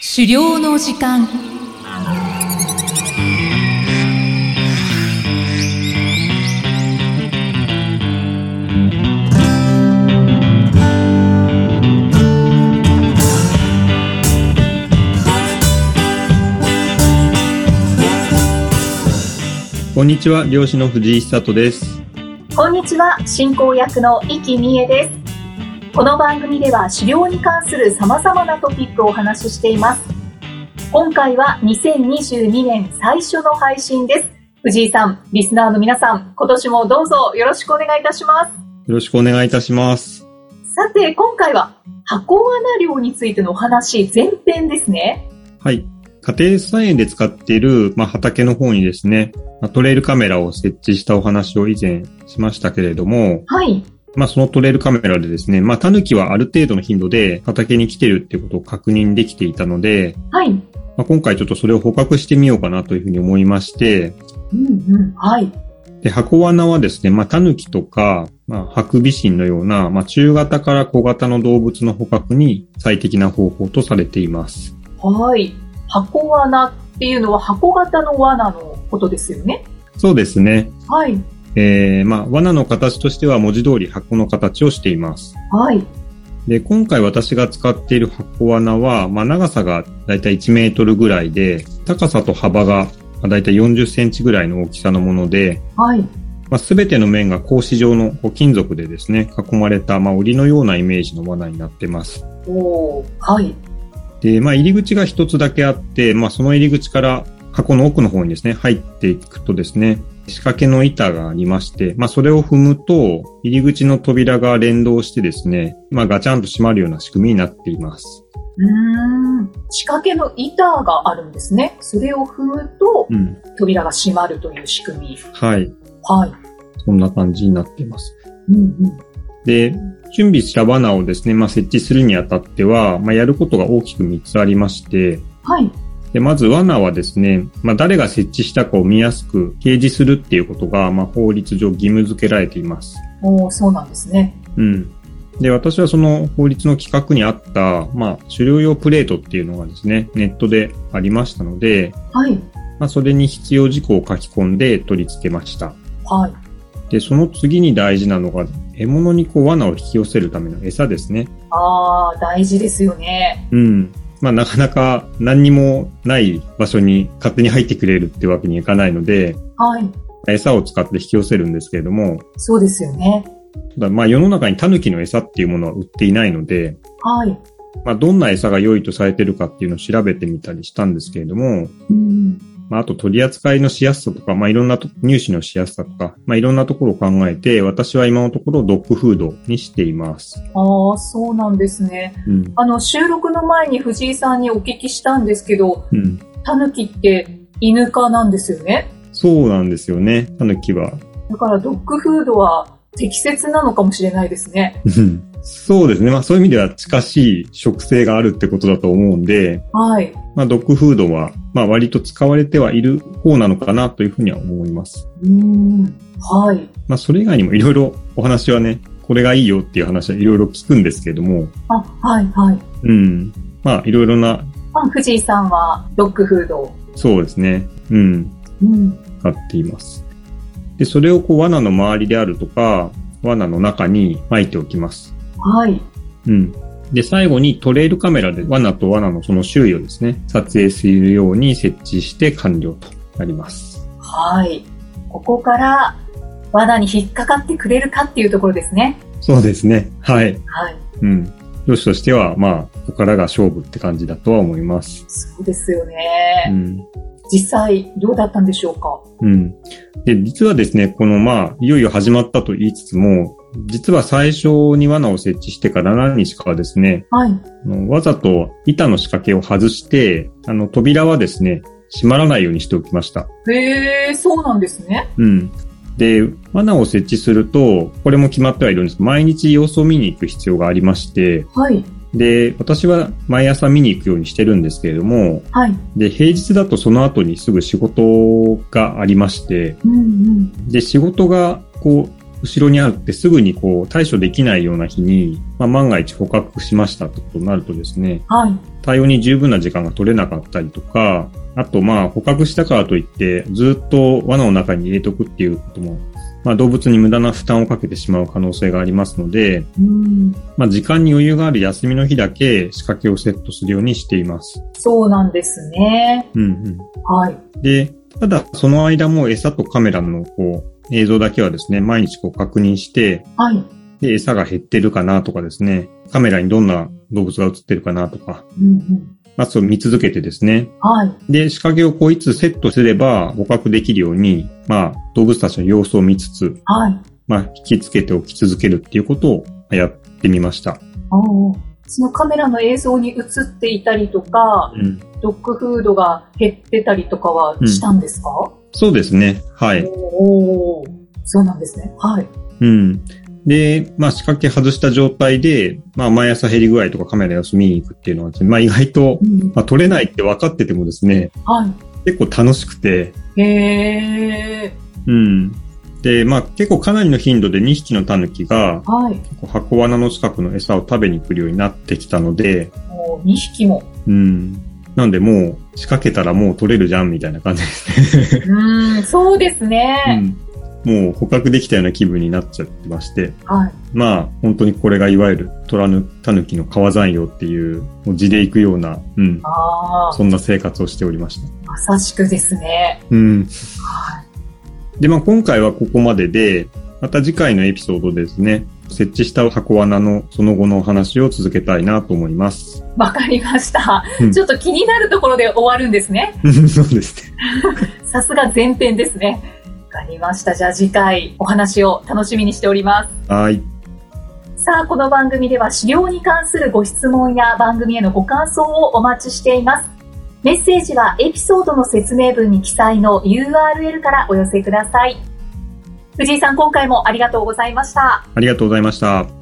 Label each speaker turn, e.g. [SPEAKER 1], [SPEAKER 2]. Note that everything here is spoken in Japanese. [SPEAKER 1] 狩猟の時間
[SPEAKER 2] こんにちは、漁師の藤井久人です。
[SPEAKER 3] こんにちは進行役の生きみえですこの番組では狩猟に関する様々なトピックをお話ししています今回は2022年最初の配信です藤井さんリスナーの皆さん今年もどうぞよろしくお願いいたしま
[SPEAKER 2] よろしくお願いいたします。
[SPEAKER 3] すさて今回は箱罠漁についてのお話前編ですね
[SPEAKER 2] はい。家庭菜園で使っている、まあ、畑の方にですね、まあトレイルカメラを設置したお話を以前しましたけれども、
[SPEAKER 3] はい
[SPEAKER 2] まあ、そのトレイルカメラでですね、まあ、タヌキはある程度の頻度で畑に来てるってことを確認できていたので、
[SPEAKER 3] はいうん
[SPEAKER 2] まあ、今回ちょっとそれを捕獲してみようかなというふうに思いまして、
[SPEAKER 3] うんはい
[SPEAKER 2] で、箱罠はですね、まあ、タヌキとか、まあ、ハクビシンのような、まあ、中型から小型の動物の捕獲に最適な方法とされています。
[SPEAKER 3] はい箱罠っていうのは箱型の罠のことですよね
[SPEAKER 2] そうですね。
[SPEAKER 3] はい
[SPEAKER 2] えー、まあ、罠の形としては文字通り箱の形をしています。
[SPEAKER 3] はい
[SPEAKER 2] で、今回私が使っている箱罠は、まあ、長さがだいたい1メートルぐらいで、高さと幅がまあだいたい40センチぐらいの大きさのもので、
[SPEAKER 3] はい
[SPEAKER 2] まあ、全ての面が格子状のこう金属でですね、囲まれた、まあ、檻のようなイメージの罠になってます。
[SPEAKER 3] おーはい。
[SPEAKER 2] で、まあ、入り口が一つだけあって、まあ、その入り口から箱の奥の方にですね、入っていくとですね、仕掛けの板がありまして、まあ、それを踏むと、入り口の扉が連動してですね、まあ、ガチャンと閉まるような仕組みになっています。
[SPEAKER 3] うーん。仕掛けの板があるんですね。それを踏むと、
[SPEAKER 2] うん。
[SPEAKER 3] 扉が閉まるという仕組み。
[SPEAKER 2] はい。
[SPEAKER 3] はい。
[SPEAKER 2] そんな感じになっています。
[SPEAKER 3] うんうん。
[SPEAKER 2] で、準備したバナーをですね、まあ、設置するにあたっては、まあ、やることが大きく3つありまして、
[SPEAKER 3] はい。
[SPEAKER 2] で、まず罠はですね、まあ、誰が設置したかを見やすく掲示するっていうことが、まあ、法律上義務付けられています。
[SPEAKER 3] おーそうなんですね。
[SPEAKER 2] うん。で、私はその法律の規格にあった、まあ、狩猟用プレートっていうのがですね、ネットでありましたので、
[SPEAKER 3] はい。
[SPEAKER 2] まあ、それに必要事項を書き込んで取り付けました。
[SPEAKER 3] はい。
[SPEAKER 2] で、その次に大事なのが、獲物にこう罠を引き寄せるための餌ですね。
[SPEAKER 3] あー、大事ですよね。
[SPEAKER 2] うん。まあ、なかなか何にもない場所に勝手に入ってくれるってわけにいかないので、
[SPEAKER 3] はい。
[SPEAKER 2] 餌を使って引き寄せるんですけれども、
[SPEAKER 3] そうですよね。
[SPEAKER 2] ただまあ世の中にタヌキの餌っていうものは売っていないので、
[SPEAKER 3] はい。
[SPEAKER 2] まあどんな餌が良いとされてるかっていうのを調べてみたりしたんですけれども、
[SPEAKER 3] うん。
[SPEAKER 2] まああと取り扱いのしやすさとか、まあいろんなと入手のしやすさとか、まあいろんなところを考えて、私は今のところドッグフードにしています。
[SPEAKER 3] あー、そうなんですね。
[SPEAKER 2] うん。
[SPEAKER 3] あの、収録の前に藤井さんにお聞きしたんですけど、
[SPEAKER 2] うん。
[SPEAKER 3] タヌキって犬科なんですよね。
[SPEAKER 2] そうなんですよね、タヌキは。
[SPEAKER 3] だからドッグフードは適切なのかもしれないですね。
[SPEAKER 2] うんそうですね。まあそういう意味では近しい食性があるってことだと思うんで、
[SPEAKER 3] はい。
[SPEAKER 2] まあ、ドッグフードは、まあ、割と使われてはいる方なのかなというふうには思います。
[SPEAKER 3] うーん。はい。
[SPEAKER 2] まあ、それ以外にもいろいろお話はね、これがいいよっていう話はいろいろ聞くんですけれども、
[SPEAKER 3] あ、はい、はい。
[SPEAKER 2] うん。まあ、いろいろな、
[SPEAKER 3] あ、藤井さんはドッグフードを。
[SPEAKER 2] そうですね、うん、
[SPEAKER 3] うん。
[SPEAKER 2] 使っています。で、それをこう、罠の周りであるとか、罠の中に巻いておきます。
[SPEAKER 3] はい。
[SPEAKER 2] うん。で、最後にトレイルカメラで罠と罠のその周囲をですね、撮影するように設置して完了となります。
[SPEAKER 3] はい。ここから罠に引っかかってくれるかっていうところですね。
[SPEAKER 2] そうですね。はい。
[SPEAKER 3] はい。
[SPEAKER 2] うん。漁師としては、まあ、ここからが勝負って感じだとは思います。
[SPEAKER 3] そうですよ
[SPEAKER 2] う
[SPEAKER 3] ね。
[SPEAKER 2] ん。
[SPEAKER 3] 実際、どうだったんでしょうか
[SPEAKER 2] うん。で、実はですね、このまあ、いよいよ始まったと言いつつも、実は最初に罠を設置してから何日かはですね、
[SPEAKER 3] はい。
[SPEAKER 2] あのわざと板の仕掛けを外して、あの、扉はですね、閉まらないようにしておきました。
[SPEAKER 3] へえ、そうなんですね。
[SPEAKER 2] うん。で、罠を設置すると、これも決まってはいるんですけど毎日様子を見に行く必要がありまして、
[SPEAKER 3] はい。
[SPEAKER 2] で、私は毎朝見に行くようにしてるんですけれども、
[SPEAKER 3] はい。
[SPEAKER 2] で、平日だとその後にすぐ仕事がありまして、
[SPEAKER 3] うんうん。
[SPEAKER 2] で、仕事がこう、後ろにあってすぐにこう対処できないような日に、まあ、万が一捕獲しましたってことになるとですね、
[SPEAKER 3] はい。
[SPEAKER 2] 対応に十分な時間が取れなかったりとか、あとまあ捕獲したからといってずっと罠の中に入れとくっていうことも、まあ動物に無駄な負担をかけてしまう可能性がありますので、
[SPEAKER 3] うん、
[SPEAKER 2] まあ時間に余裕がある休みの日だけ仕掛けをセットするようにしています。
[SPEAKER 3] そうなんですね。
[SPEAKER 2] うんうん。
[SPEAKER 3] はい。
[SPEAKER 2] で、ただその間も餌とカメラのこう映像だけはですね、毎日こう確認して、
[SPEAKER 3] はい。
[SPEAKER 2] で、餌が減ってるかなとかですね、カメラにどんな動物が映ってるかなとか、
[SPEAKER 3] うんうん。
[SPEAKER 2] まあそう見続けてですね、
[SPEAKER 3] はい。
[SPEAKER 2] で、仕掛けをこういつセットすれば捕獲できるように、まあ動物たちの様子を見つつ、
[SPEAKER 3] はい。
[SPEAKER 2] まあ引きつけておき続けるっていうことをやってみました。
[SPEAKER 3] おーそのカメラの映像に映っていたりとか、
[SPEAKER 2] うん、
[SPEAKER 3] ドッグフードが減ってたりとかはしたんですか、
[SPEAKER 2] そうですね。はい。
[SPEAKER 3] おおー、そうなんですね。はい。
[SPEAKER 2] うん。で、まあ仕掛け外した状態で、まあ毎朝減り具合とかカメラ様子見に行くっていうのはですね、まあ意外と、
[SPEAKER 3] うん、
[SPEAKER 2] まあ取れないって分かっててもですね、
[SPEAKER 3] は
[SPEAKER 2] 結構楽しくて、
[SPEAKER 3] い。へえ。
[SPEAKER 2] うん。で、まあ結構かなりの頻度で2匹のタヌキが、
[SPEAKER 3] はい。
[SPEAKER 2] 箱罠の近くの餌を食べに来るようになってきたので、
[SPEAKER 3] もう2匹 も。
[SPEAKER 2] うん。なんでもう仕掛けたらもう取れるじゃんみたいな感じですね。
[SPEAKER 3] うーん、そうですね。
[SPEAKER 2] うん。もう捕獲できたような気分になっちゃってまして。
[SPEAKER 3] はい。
[SPEAKER 2] まあ、本当にこれがいわゆる虎ぬ、狸の川山用っていう、もう地で行くような、うん。
[SPEAKER 3] ああ、
[SPEAKER 2] そんな生活をしておりました。
[SPEAKER 3] まさしくですね。
[SPEAKER 2] うん。
[SPEAKER 3] は
[SPEAKER 2] で、まあ今回はここまでで、また次回のエピソードですね、設置した箱罠のその後のお話を続けたいなと思います。
[SPEAKER 3] い。わかりました
[SPEAKER 2] う。ん
[SPEAKER 3] ちょっと気になるところで終わるんですね。
[SPEAKER 2] そうですね。
[SPEAKER 3] さすが前編ですね。わかりました。じゃあ次回お話を楽しみにしております。
[SPEAKER 2] はい。
[SPEAKER 3] さあ、この番組では資料に関するご質問や番組へのご感想をお待ちしています。メッセージはエピソードの説明文に記載の URL からお寄せください。藤井さん、今回もありがとうございました。
[SPEAKER 2] ありがとうございました。